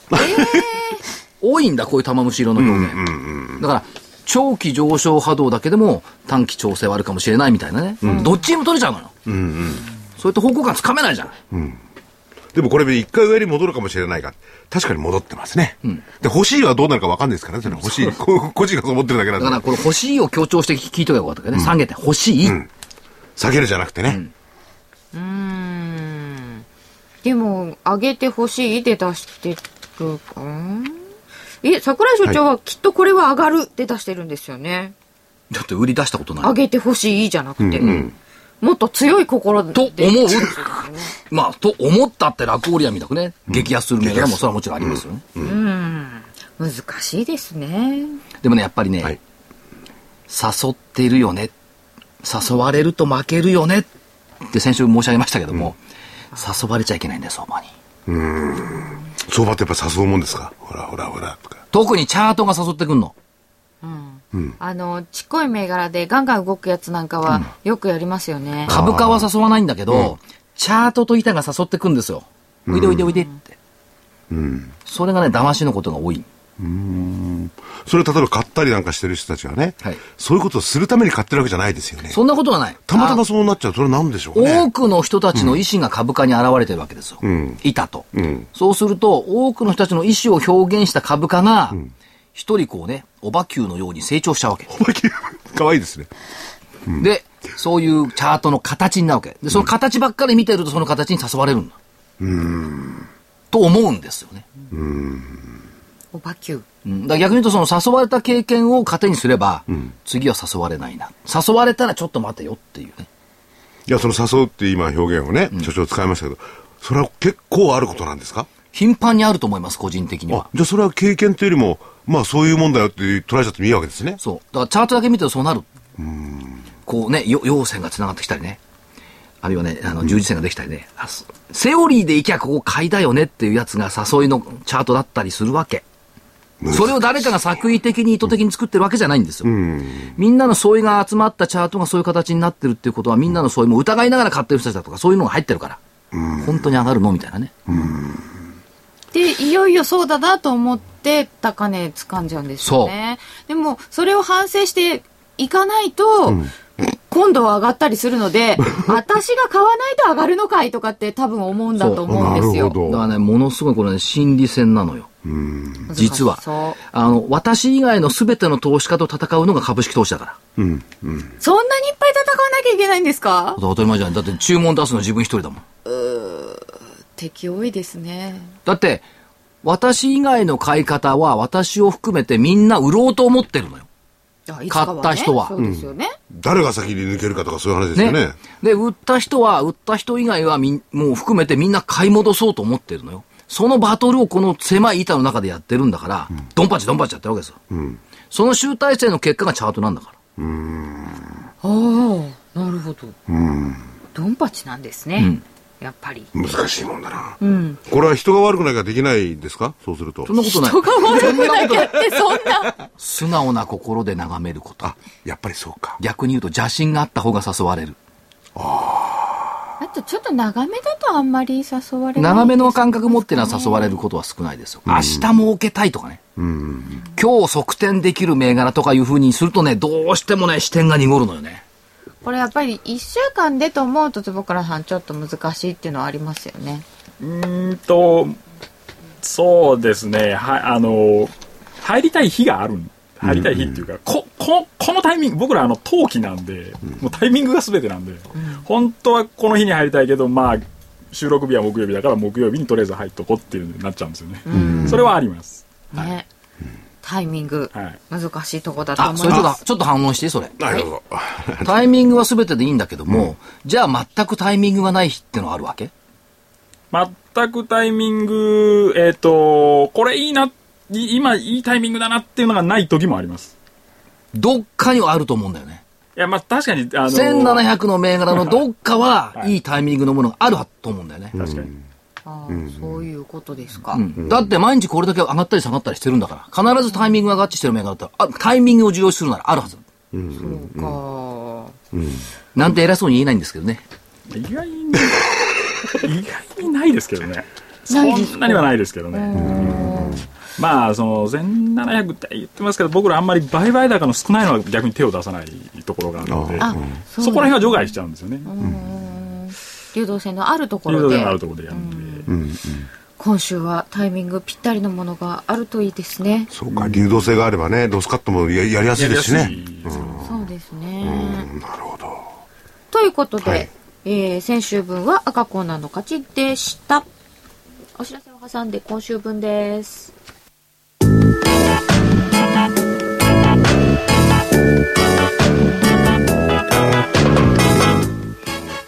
S2: 多いんだ、こういう玉虫色の表現。だから、長期上昇波動だけでも短期調整はあるかもしれないみたいなね。どっちにも取れちゃうのよ。そういった方向感つかめないじゃん。
S5: でもこれ、一回上に戻るかもしれないが、確かに戻ってますね。で、欲しいはどうなるか分かんないですからね、それ欲しい。こ個人がそう思ってるだけなん
S2: だから
S5: で。
S2: これ欲しいを強調して聞いとけばよかったけどね。下げて欲しい。
S5: 下げるじゃなくてね。
S1: でも、上げてほしいで出してるかんえ、桜井所長はきっとこれは上がるで出してるんですよね。
S2: だって売り出したことな
S1: 上
S2: い。
S1: げてほしいじゃなくて。もっと強い心で。
S2: と思う。まあ、と思ったって落語リアみたくね。激安する銘柄もそれはもちろんありますよね。
S1: 難しいですね。
S2: でもね、やっぱりね、
S5: はい
S2: 誘ってるよね。誘われると負けるよね。って先週申し上げましたけども、誘われちゃいけないんだよ、相場に。
S5: 相場ってやっぱ誘うもんですかほらほらほら、とか。
S2: 特にチャートが誘ってくんの。
S1: あの、ちっこい銘柄でガンガン動くやつなんかはよくやりますよね。
S2: 株価は誘わないんだけど、チャートと板が誘ってくんですよ。おいでおいでおいでって。それがね、騙しのことが多い。
S5: それ例えば買ったりなんかしてる人たちはね、
S2: はい
S5: そういうことをするために買ってるわけじゃないですよね。
S2: そんなことはない。
S5: たまた
S2: あ
S5: まそうなっちゃう、それなんでしょう
S2: 多
S5: *laughs* ね。
S2: くの人たちの意思が株価に現れてるわけですよ。
S5: ん
S2: 板と、
S5: ん
S2: そうすると、多くの人たちの意思を表現した株価が、一人こうね、おばきゅうのように成長しちゃうわけ。
S5: かわいいですね。
S2: で、そういうチャートの形になるわけ。で、その形ばっかり見てるとその形に誘われるんだ。と思うんですよね。
S1: おばきゅう。
S2: うんだから逆に言うとその誘われた経験を糧にすれば、次は誘われないな。誘われたらちょっと待てよっていうね。
S5: いや、その誘うって今表現をね、所長使いましたけど、それは結構あることなんですか
S2: 頻繁にあると思います、個人的に
S5: あ
S2: は。、
S5: じゃあそれは経験というよりも、まあそういうもんだよって捉えちゃってもいいわけですね。
S2: そう。だからチャートだけ見てるとそうなる。こうね、よ陽線が繋がってきたりね。あるいはね、あの、十字線ができたりね。あそセオリーでいきゃここ買いだよねっていうやつが誘いのチャートだったりするわけ。それを誰かが作為的に意図的に作ってるわけじゃないんですよ。みんなの相違が集まったチャートがそういう形になってるっていうことは、みんなの相違も疑いながら買ってる人たちだとか、そういうのが入ってるから。本当に上がるのみたいなね。
S1: で、いよいよそうだなと思って、高値掴んじゃうんですよね。でも、それを反省していかないと、今度は上がったりする
S2: *laughs*
S1: ので、私が買わないと上がるのかいとかって多分思うんだと思うんですよ。
S2: だからね、ものすごいこれね、心理戦なのよ。
S1: 難し
S2: 実は
S1: そう。
S2: あの、私以外の全ての投資家と戦うのが株式投資だから。
S1: そんなにいっぱい戦わなきゃいけないんですか
S2: 当たり前じゃん。だって注文出すの自分一人だもん。
S1: 敵多いですね。
S2: だって、私以外の買い方は私を含めてみんな売ろうと思ってるのよ。
S1: あいつかね
S2: 買った人は
S1: そうですよね。
S5: 誰が先に抜けるかとかそういう話です
S2: ね。
S5: よね。
S2: で、売った人は、売った人以外はみん、もう含めてみんな買い戻そうと思ってるのよ。そのバトルをこの狭い板の中でやってるんだから、ドンパチドンパチやってるわけですよ。その集大成の結果がチャートなんだから。
S1: ああ、なるほど。ドンパチなんですね。やっぱり。
S5: 難しいもんだな。
S1: うん。
S5: これは人が悪くないからできないですかそうすると
S2: そん。なことない。
S1: 人が悪くなきゃって、そんな。
S2: 素直な心で眺めること。
S5: あ、やっぱりそうか。
S2: 逆に言うと邪心があった方が誘われる。
S7: あとちょっと長めだとあんまり誘われない。
S2: 長めの感覚持ってのは誘われることは少ないですよ。明日儲けたいとかね。今日側転できる銘柄とかいう風にするとね、どうしてもね、視点が濁るのよね。
S7: これやっぱり1週間でと思うと坪倉さんちょっと難しいっていうのはありますよね。
S3: うーんと、そうですね。は、あの、入りたい日があるん入りたい日っていうか、こ、こ、このタイミング、僕らあの、冬季なんで、もうタイミングが全てなんで、本当はこの日に入りたいけど、まあ、収録日は木曜日だから木曜日にとりあえず入っとこうっていうのになっちゃうんですよね。それはあります。
S1: ね。タイミング、
S3: はい
S1: 難しいとこだと
S2: あ、
S1: 思
S2: そ
S1: い
S2: れちょっ
S1: ま
S2: と
S1: す。、
S2: ちょっと反論して、そ *laughs* れ。
S5: なるほど。
S2: タイミングは全てでいいんだけども、じゃあ全くタイミングがない日ってのはあるわけ
S3: 全くタイミング、えっ、と、これいいな、い今いいタイミングだなっていうのがない時もあります。
S2: どっかにはあると思うんだよね。
S3: いや、まあ確かに、あの、
S2: 1700の銘柄のどっかは、
S3: はい
S2: いいタイミングのものがあると思うんだよね。
S3: 確かに。
S1: あーそういうことですか。
S2: うんだって毎日これだけ上がったり下がったりしてるんだから、必ずタイミングが合致してる銘柄だったら、あタイミングを重要視するならあるはず。
S1: そうか。
S2: なんて偉そうに言えないんですけどね。
S3: 意外に、意外にないですけどね。そんなにはないですけどね。まあ、その、1700って言ってますけど、僕らあんまり売買高の少ないのは逆に手を出さないところがあるので、
S5: あ
S3: そこら辺は除外しちゃうんですよね。
S1: 流動性のあるとこ
S3: 流
S1: ろ
S3: 動
S1: で
S3: 性のあるところでやるんで。
S1: 今週はタイミングぴったりのものがあるといいですね。
S5: そうか、流動性があればね、ロスカットもややりやすいですし
S3: や
S5: ね。
S3: りやすい
S1: そうですね。
S5: うんなるほど。
S1: ということで、
S5: はい
S1: えー先週分は赤コーナーの勝ちでした。お知らせを挟んで今週分です。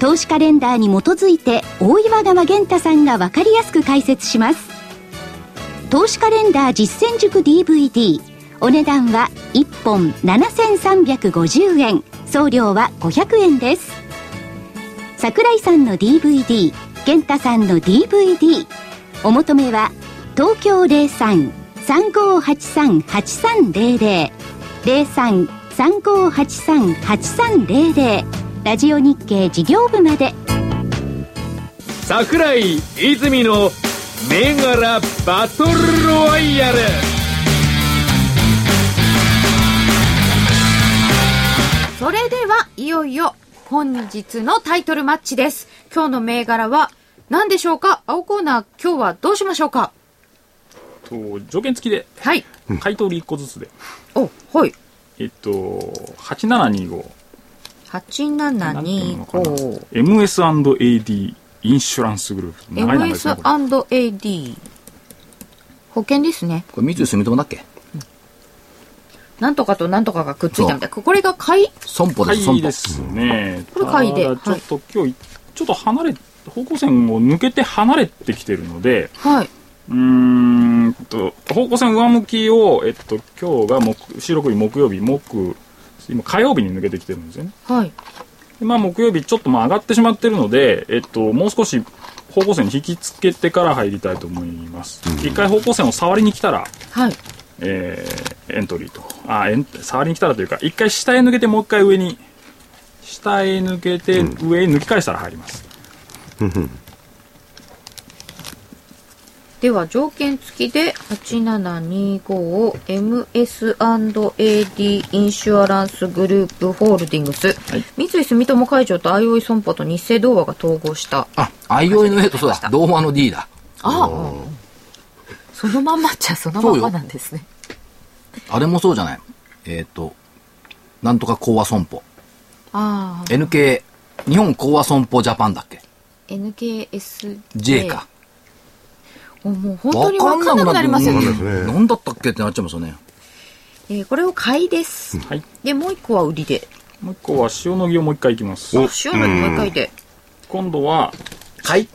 S8: 投資カレンダーに基づいて大岩川源太さんが分かりやすく解説します投資カレンダー実践塾 DVD お値段は1本7350円送料は500円です桜井さんの DVD 健太さんの DVD お求めは東京03-3583-8300 03-3583-8300ラジオ日経事業部まで
S6: 桜井泉の銘柄バトルロワイヤル
S1: それではいよいよ本日のタイトルマッチです。今日の銘柄は何でしょうか青コーナー今日はどうしましょうか
S3: と条件付きで、
S1: はい。
S3: 回答で1個ずつで、
S1: お、はい。
S3: えっと、8725。なんていうのかな
S1: 8725。
S3: MS&AD インシュランスグループ。長い名前ですね、これ
S1: MS&AD。保険ですね。
S2: これ三井住友だっけ
S1: なんとかとなんとかがくっついたみたい。これが買い
S2: 損保です、
S3: 買
S2: 損
S3: い
S2: 保
S3: で。すね。
S1: これ買いで
S3: ただ
S1: はい
S3: ちょっと今日、ちょっと離れ、方向線を抜けて離れてきてるので、
S1: はい。
S3: うーんと、方向線上向きを、えっと、今日が木、収録日木曜日、木、今火曜日に抜けてきてるんですよね。
S1: はい。
S3: でまあ、木曜日ちょっとまあ上がってしまってるので、えっと、もう少し方向線に引きつけてから入りたいと思います。一回方向線を触りに来たら、
S1: はい。
S3: えーエントリーと。あ、エン、触りに来たらというか、一回下へ抜けて、もう一回上に、下へ抜けて、上へ抜き返したら入ります。
S1: では条件付きで8725を MS&AD インシュアランスグループホールディングス、三井住友海上とあいおい損保と日清同和が統合した
S2: あ、IOI の A とそうだ、同和の D だ。
S9: ああそのまんまっちゃそのまんまなんですね
S2: あれもそうじゃない。えっ、と、なんとか講和損保。
S1: ああ
S2: NK、日本講和損保ジャパンだっけ
S1: NKSJ
S2: ?J か。
S1: もう本当に分かんなくなりますよ
S2: わ
S1: ね
S2: かんな
S5: すね
S2: なんだったっけってなっちゃいますよね。
S1: えーこれを買いです、
S3: はい。
S1: でもう一個は売りで
S3: もう一個は、塩の儀をもう一回いきます。
S1: あ塩のりもう一回で
S3: 今度は、
S2: はい。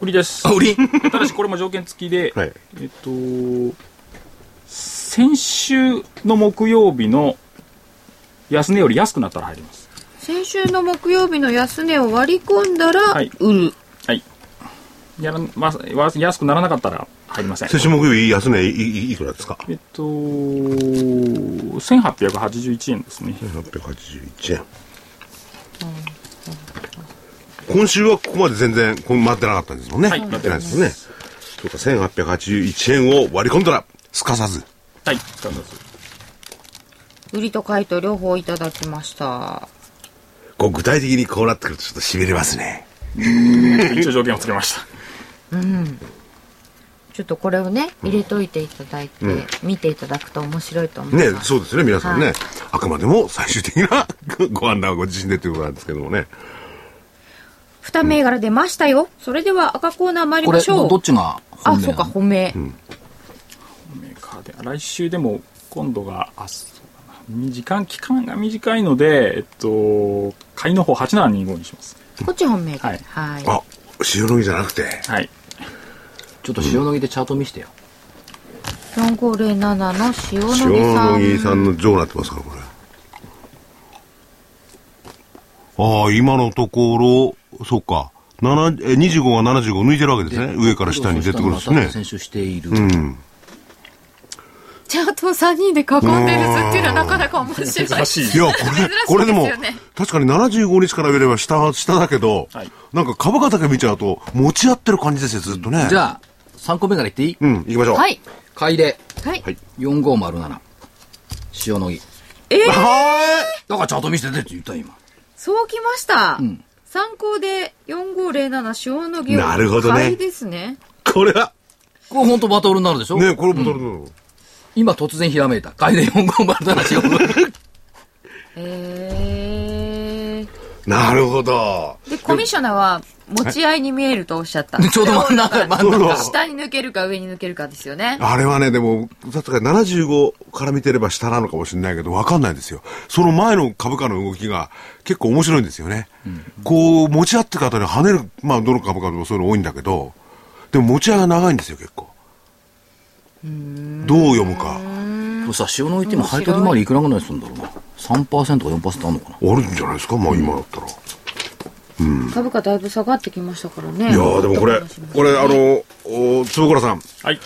S3: 売り
S2: *laughs*
S3: です。
S2: 売り
S3: ただし、これも条件付きで、
S5: はい
S3: えっと、先週の木曜日の安値より安くなったら入ります。
S1: 先週の木曜日の安値を割り込んだら
S3: はい
S1: 売る、
S3: はい。やらまわ安くならなかったら入りません。
S5: 先週木曜日安値いいいいくらですか
S3: えっと、1881円ですね。
S5: 881円今週はここまで全然こう待ってなかったんですもんね、
S3: はい
S5: 待ってないですもんねそうか1881円を割り込んだらすかさず
S3: はい、使います。
S1: 売りと買いと両方いただきました
S5: こう具体的にこうなってくるとちょっとしびれますね
S3: 一応条件をつけました。 *laughs*
S1: ちょっとこれをね入れといていただいて、見ていただくと面白いと思いま
S5: ね
S1: す、
S5: そうですね皆さんね、
S1: はい
S5: あくまでも最終的なご判断はご自身でということなんですけどもね
S1: 二銘柄出ましたよそれでは赤コーナー参り
S2: こ
S1: ま *laughs*
S2: れ、
S1: しょ
S2: ど
S1: う
S2: っちが
S1: あ
S2: 本命
S1: そう
S2: な
S1: か
S2: の
S1: 本命、
S3: メーカーで、来週でも今度が、あ、そうだな。時間、期間が短いので、えっと、買いの方8725にします。
S1: こっち本命では
S3: はいい、
S5: あ塩のぎじゃなくて
S3: はい。
S2: ちょっと塩のぎでチャート見してよ。
S1: 4507の塩野
S5: 塩
S1: 木さ
S5: の
S1: ん
S5: ぎさんの上になってますからこれああ今のところそうか7え25が75抜いてるわけですね上から下に出てくるんですね
S2: 先週している。
S5: うん
S9: チャートを3人で囲んでる図っていうのはなかなか面白い
S3: 難しい。
S5: いや、これ、これでも
S9: 珍しいですよね、
S5: 確かに75日から見れば下、下だけど、
S3: はい
S5: なんか株価だけ見ちゃうと、持ち合ってる感じですよ、ずっとね。
S2: じゃあ、3個目からいっていい
S5: うん、行きましょう。
S9: はい
S2: 買いで
S9: はい
S2: 4507。塩のぎ。
S5: *laughs* は
S2: だからチャート見せてって言ったよ今。
S1: そうきました、
S2: ん
S1: 参考で4507塩野木を
S5: なるほどね
S1: 買いですね
S5: ーい。これは、
S2: これ本当バトルになるでしょ
S5: ね、これも取るの、
S2: 今突然ひらめいた。買いで4507塩のぎ。
S1: へえ
S5: なるほど。
S1: でコミッショナーは持ち合いに見えるとおっしゃった
S2: ちょうど真ん中、真ん中。
S1: 下に抜けるか上に抜けるかですよね
S5: あれはね、でも、確かに75から見てれば下なのかもしれないけど、わかんないですよ。その前の株価の動きが結構面白いんですよね。こう、持ち合ってる方に跳ねる、まあ、どの株価でもそういうの多いんだけど、でも持ち合いが長いんですよ、結構。どう読むか。
S2: これさ、塩のぎって今配当利回りいくらぐらいするんだろうな。3%か4%あんのかな。
S5: あるんじゃないですか、まあ今だったら。
S1: 株価だいぶ下がってきましたからね
S5: いやーでもこれ、これあの、お坪倉さん、
S3: はい。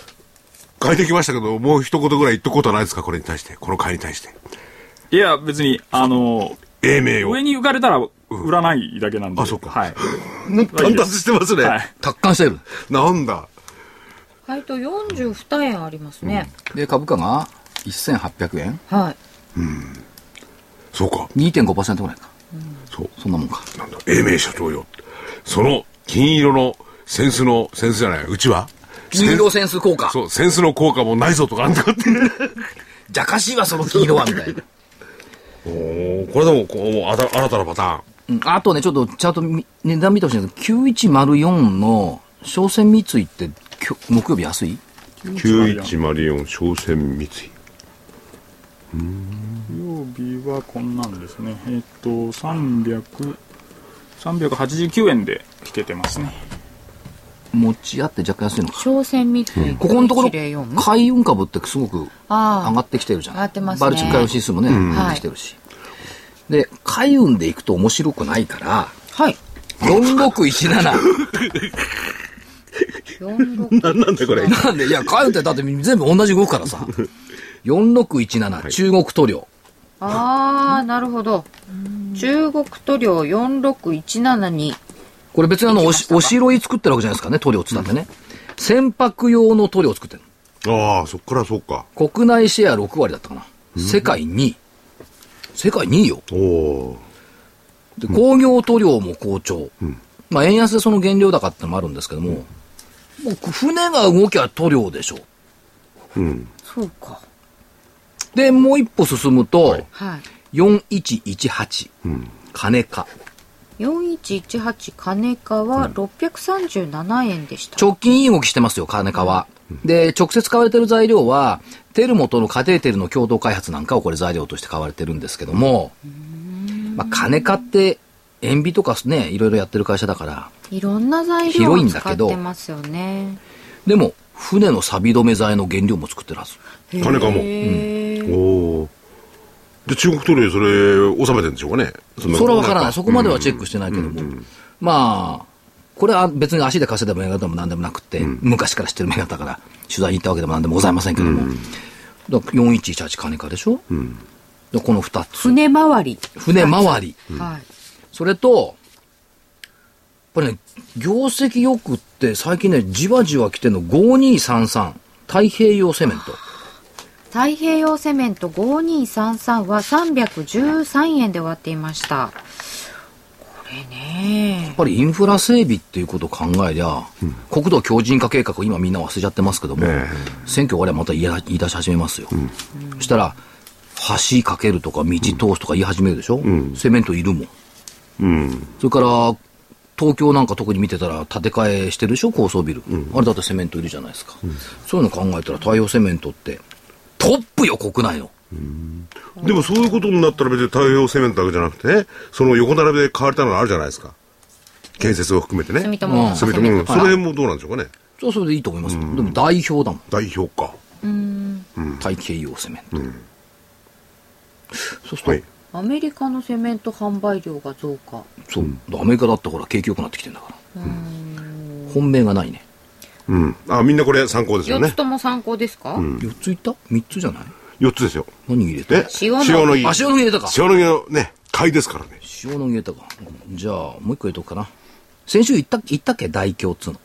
S5: 書いてきましたけど、もう一言ぐらい言っとくことはないですか、これに対して、この会に対して。
S3: いや、別に、あの、
S5: 英名を
S3: 上。に浮かれたら売らないだけなんで。
S5: あそっか
S3: はい。
S5: 単達してますね。
S3: はい。
S2: 達観してる。
S5: なんだ。
S1: 配当42円ありますね、
S2: で、株価が1800円
S1: はい
S5: そうか。
S2: ?2.5% ぐらいか。
S5: そう。
S2: そんなもんか。
S5: なんだ。英名社長よ。その、金色の、センスの、センスじゃない、うちは
S2: 金色センス効果。
S5: そう、センスの効果もないぞとかなんとかって。
S2: じゃかしいわ、その黄色は、みたいな。
S5: *laughs* おーこれでも、こう、もうあた新たなパターン。
S2: うんあとね、ちょっとチャートみ値段見てほしいんですけど、9104の商船三井ってきょ木曜日安い
S5: 9104商船三井。
S3: 土曜日はこんなんですね。えっと、300、389円で引けてますね。
S2: 持ち合って若干安いのか。
S1: 商船三井
S2: ここのところ、
S1: 104
S2: 海運株ってすごく
S1: ああ
S2: 上がってきてるじゃん。
S1: 上がってます
S2: バ
S1: ね
S2: ルチック海運指数もね、上がってきてるし。で、海運で行くと面白くないから、
S1: はい
S2: 4617。
S1: 46
S5: なんだこれ。
S2: *laughs* なんで、いや、海運ってだって全部同じ動くからさ。 4617、中国塗料。
S1: ああ、なるほど。中国塗料4617に。
S2: これ別にあの、おし、おしろい作ってるわけじゃないですからね、塗料っつったんでね。船舶用の塗料を作ってる
S5: ああ、そっからそっか。
S2: の。国内シェア6割だったかな。世界2位。世界2位よ。
S5: おお
S2: で工業塗料も好調。まあ、円安でその原料高ってのもあるんですけども、もう船が動きゃ塗料でしょう。
S5: ー。うん。
S1: そうか。
S2: で、もう一歩進むと、
S1: はい。
S2: 4118、金か。
S1: 4118金貨は637円でした。
S2: 直近いい動きしてますよ、金かは。で、直接買われてる材料は、テルモとのカテーテルの共同開発なんかをこれ材料として買われてるんですけども、まあ、金かって、塩ビとかね、いろいろやってる会社だから、
S1: いろんな材料
S2: 広い
S1: を
S2: んだ
S1: 使
S2: け
S1: っ
S2: ど
S1: てますよね。
S2: でも、船の錆止め剤の原料も作ってるはず。
S5: 金かも。
S1: へー
S5: おお。で、中国塗料それ、収めてるんでしょうかね。そん
S2: それは分からない。そこまではチ
S5: ェッ
S2: ェックしてないけども。まあ、これは別に足で稼いだ銘柄でも何でもなくて、昔から知ってる銘柄だから、取材に行ったわけでも何でもございませんけども。だから4118金かでしょ、でこの2つ。
S1: 船回り。
S2: 船回り。
S1: はい。
S2: それと、やっぱりね、業績よくって最近ね、じわじわ来てんの5233、太平洋セメント。
S1: 太平洋セメント5233は313円で終わっていました。これね
S2: やっ。ぱりインフラ整備っていうことを考えりゃ、国土強靭化計画、今みんな忘れちゃってますけども、
S5: え
S2: 選挙終わりはまた言いや言い出し始めますよ。そしたら、橋かけるとか道通すとか言い始めるでしょ、セメントいるもん。
S5: うん。
S2: それから、東京なんか特に見てたら建て替えしてるでしょ高層ビル、あれだってセメントいるじゃないですか。そういうの考えたら太陽セメントって、トップよ、国内の。
S5: でもそういうことになったら別に太平洋セメントだけじゃなくてね、その横並びで買われたのあるじゃないですか。建設を含めてね。
S1: 住友
S2: うん
S5: 住友。うんその辺もどうなんでしょうかね。
S2: それはそれでいいと思いますよ、でも代表だもん。
S5: 代表か。
S2: 太平洋セメント。そうすると、
S5: はい
S1: アメリカのセメント販売量が増加。
S2: そう、アメリカだってほら景気良くなってきてんだから、本命がないね
S5: うん。あ、みんなこれ参考ですよ
S1: 4
S5: ね
S1: つ。とも参考ですか、
S2: 4ついった3つじゃない
S5: 4つですよ。
S2: 何入れた
S5: え
S1: 塩の
S5: の
S2: あ
S5: 木。
S2: 塩の木入れたか
S5: 塩の木のね、買いですからね。
S2: 塩の入れたかじゃあもう一個入れとくかな先週言った言ったっけ大京っつうの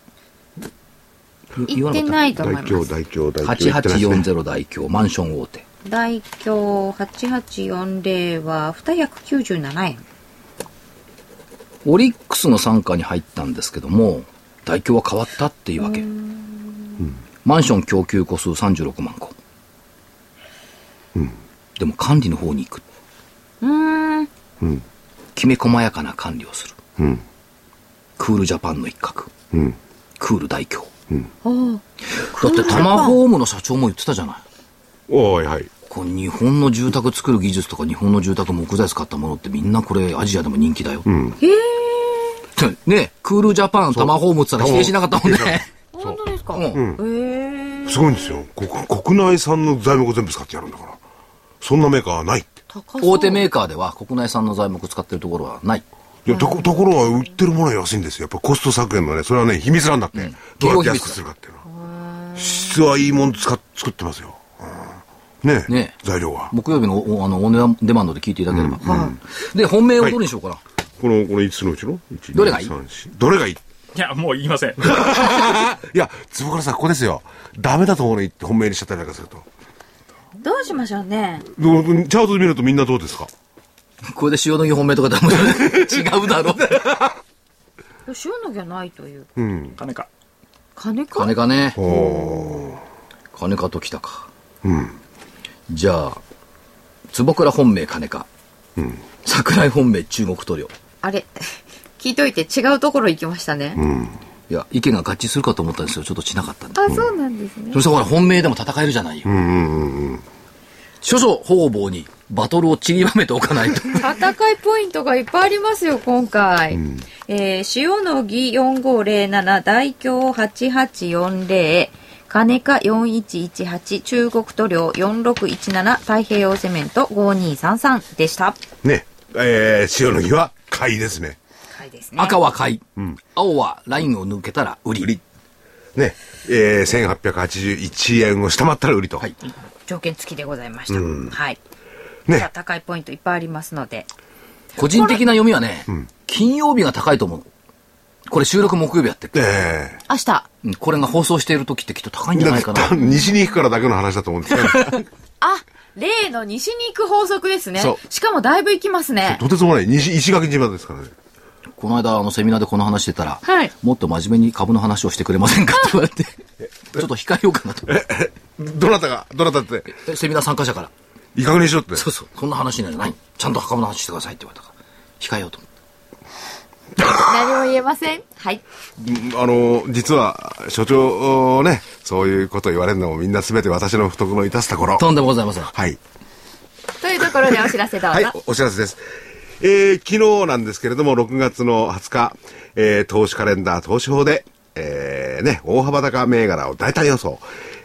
S2: 言
S1: 言ってないいと思い
S5: 大
S1: ま
S5: 凶、
S1: す。
S5: 大凶、大凶。
S2: 8840大京マンション大手
S1: 大京8840は297円。
S2: オリックスの傘下に入ったんですけども大京は変わったっていうわけマンション供給戸数36万戸、でも管理の方に行く
S1: うーん。
S2: きめ細やかな管理をする、
S5: ん
S2: クールジャパンの一角
S5: うん。
S2: クール大京
S1: お
S2: だってタマホームの社長も言ってたじゃない
S5: おい、はい。
S2: これ日本の住宅作る技術とか日本の住宅木材使ったものってみんなこれアジアでも人気だよ、
S1: へえ。
S2: ねクールジャパンタマホームっつったら否定しなかったもんね
S5: そう
S1: 本当ですか、
S2: う
S1: ええ。
S5: すごいんですよ。国国内産の材木を全部使ってやるんだから。そんなメーカーはないって。
S1: 高そう。
S2: 大手メーカーでは国内産の材木使ってるところはない
S5: いや、とこ、ところが売ってるものは安いんですよ。やっぱコスト削減のね、それはね、秘密なんだって。どうやって安くするかっていうのは。質はいいもん使っ、作ってますよ。うんねえ
S2: ねえ
S5: 材料は。
S2: 木曜日のおあのオンデマンドで聞いていただければ、で本命をどれにしようかな、
S5: この、この5つのうちの1 2
S2: どれがいい
S5: 3 4どれがいい
S3: いや、もう言いません。 *laughs*
S5: いや、坪倉さん、ここですよ。ダメだと思うのに本命にしちゃったりなんかすると。
S1: どうしましょうね。
S5: どうチャートで見るとみんなどうですか
S2: これで塩の木本命とかだもん *laughs* 違うだろう
S1: 収納がないという。
S5: うん。
S3: 金か。
S1: 金か
S2: 金かね
S5: おー
S2: 金かときたか
S5: うん。
S2: じゃあ坪倉本命金か、
S5: うん
S2: 桜井本命中国塗料
S1: あれ聞いといて違うところ行きましたね。
S5: うん。
S2: いや意見が合致するかと思ったんですよちょっとしなかったんで、
S1: あ、そうなんですね。
S2: そしてほら本命でも戦えるじゃないよ、
S5: うんうんうんうん。
S2: 諸々方々にバトルを散りばめておかないと
S1: 戦いポイントがいっぱいありますよ、今回。えー塩野義4507、大京8840、金貨4118、中国塗料4617、太平洋セメント5233でした。
S5: ね。えー、塩の木は買いですね。
S1: はいですね。
S2: 赤は買い、青はラインを抜けたら売り
S5: 売りね、えー、1881円を下回ったら売りと。
S2: はい
S1: 条件付きでございました。はい。
S5: ね
S1: じゃあ高いポイントいっぱいありますので。
S2: 個人的な読みはね、金曜日が高いと思う。これ収録木曜日やってる。
S5: え
S1: 明日。
S2: うんこれが放送している時ってきっと高いん
S5: え
S2: じゃ
S5: だ
S2: な
S5: っ
S2: い
S5: て
S2: か
S5: 多
S2: な。
S5: 分西に行くからだけの話だと思うんですけど、
S2: *laughs*
S1: あ、例の西に行く法則ですね
S5: そ。
S1: しかもだいぶ行きますね。
S5: とてつもない西石垣島ですからね。
S2: この間、あの、セミナーでこの話してたら、
S1: はい
S2: もっと真面目に株の話をしてくれませんかって言われて、ちょっと控えようかなと。
S5: どなたが、どなたって、
S2: えセミナー参加者から、
S5: いかがにしろって。
S2: そうそう、こんな話になるない。ちゃんと株の話してくださいって言われたから、控えようと思って。
S1: 何も言えません。はい。
S5: うんあの、実は、所長ね、そういうこと言われるのもみんな全て私の不徳の致すところ。
S2: とんでもございません。
S5: はい。
S1: というところでお知らせどうぞ。
S5: はい、おお知らせです。えー昨日なんですけれども、6月の20日、えー投資カレンダー投資法で、えーね、大幅高銘柄を大体予想。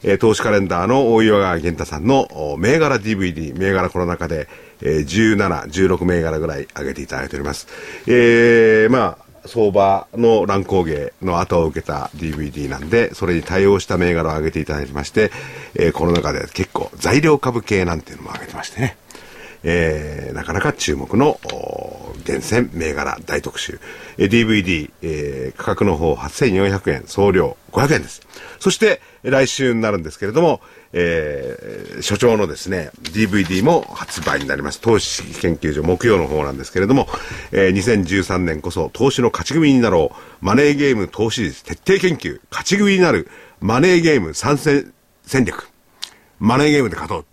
S5: えー投資カレンダーの大岩川源太さんのお銘柄 DVD、銘柄この中で、えー17、16銘柄ぐらい上げていただいております。えーまあ、相場の乱高下の後を受けた DVD なんで、それに対応した銘柄を上げていただきまして、えーこの中で結構材料株系なんていうのも上げてましてね。えーなかなか注目のおー厳選銘柄大特集、えー DVD、えー価格の方8400円送料500円ですそしてえー来週になるんですけれども、えー所長のですね DVD も発売になります投資研究所木曜の方なんですけれども、えー2013年こそ投資の勝ち組になろうマネーゲーム投資術徹底研究勝ち組になるマネーゲーム参戦戦略マネーゲームで勝とう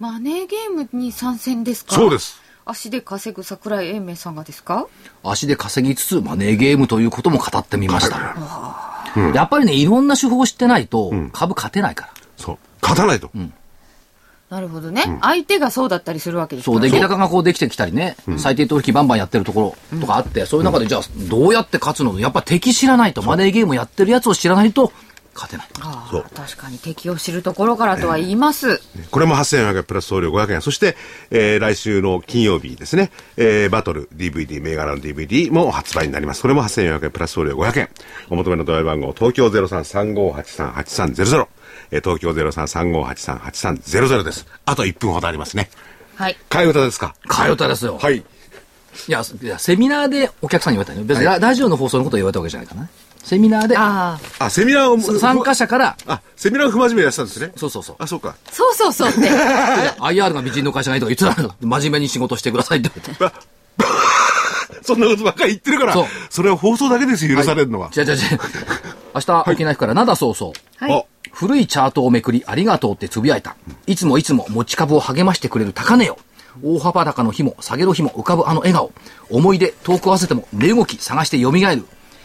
S1: マネーゲームに参戦ですか
S5: そうです
S1: 足で稼ぐ桜井英明さんがですか
S2: 足で稼ぎつつ、マネーゲームということも語ってみました。やっぱりね、いろんな手法を知ってないと、株勝てないから。
S5: そう勝たないと、
S1: なるほどね、相手がそうだったりするわけですか
S2: そう、
S1: ら
S2: 出来高がこうできてきたりね、最低取引バンバンやってるところとかあって、そういう中で、じゃあ、どうやって勝つのやっぱ敵知らないと、マネーゲームやってるやつを知らないと、勝てない。
S1: あ
S5: そう
S1: あ確かに敵を知るところからとは言います、
S5: これも8400円プラス送料500円。そして、えー来週の金曜日ですね、えーバトル DVD、銘柄の DVD も発売になります。これも8400円プラス送料500円。お求めの電話番号、東京0335838300。えー東京0335838300です。あと1分ほどありますね。
S1: はい
S5: 替え歌ですか
S2: 替え歌ですよ
S5: はい。
S2: いや、いやセミナーでお客さんに言われたのよ。別にララジオの放送のことを言われたわけじゃないからね。セミナーで、
S1: ああ
S5: あ、セミナーを
S2: さ参加者から、
S5: あ、セミナーを不真面目にやってたんですね。
S2: そうそうそう
S5: あ、そうか。
S1: そうそうそうって
S2: IR が美人の会社がいいとか言ってたのよ。真面目に仕事してくださいって
S1: *laughs*
S2: 言われて。
S5: そんなことばっかり言ってるから、
S2: そう
S5: それは放送だけですよ、許されるのは。
S2: じゃじゃじゃ明日、沖縄行くから、なんだそうそう。
S5: あ
S2: 古いチャートをめくり、ありがとうってつぶやいた。いつもいつも持ち株を励ましてくれる高値よ。大幅高の日も、下げの日も浮かぶあの笑顔。思い出、遠く合わせても、値動き、探して蘇る。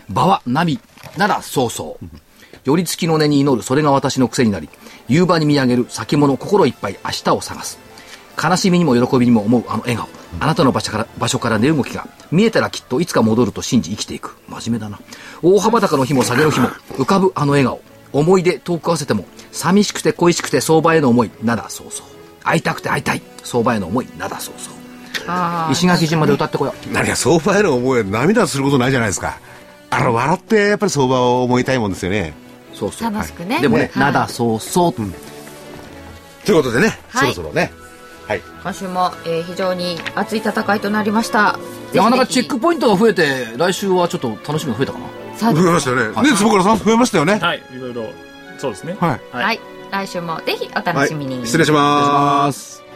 S2: 場は、波、なら、そうそう。寄り付きの根に祈る、それが私の癖になり、夕場に見上げる、先物、心いっぱい、明日を探す。悲しみにも喜びにも思うあの笑顔。あなたの場所から、場所から寝動きが、見えたらきっといつか戻ると信じ生きていく。真面目だな。大幅高の日も下げの日も、浮かぶあの笑顔。思い出、遠く合わせても、寂しくて恋しくて相場への思い、なだそうそう。会いたくて会いたい、相場への思い、なだそうそう。
S1: ああ
S2: 石垣島で歌ってこよう。
S5: 何か相場への思いは涙することないじゃないですかあの笑ってやっぱり相場を思いたいもんですよね
S2: そうそう。
S1: 楽しくね、
S2: でもね、
S1: はい
S2: なだそうそう。
S5: ということでね、
S1: はい
S5: そろそろねはい
S1: 今週も、えー非常に熱い戦いとなりました
S2: なかなかチェッ
S1: ぜ
S2: クポイントが増えて、来週はちょっと楽しみが増えたかな。
S1: ひぜひさ
S5: 増えましたよね、
S2: はい
S5: ね坪倉さん増えましたよね
S3: はい、いろいろ、そうですね。
S5: はい
S1: はい来週もぜひお楽
S5: はい
S1: しみに、
S5: 失礼します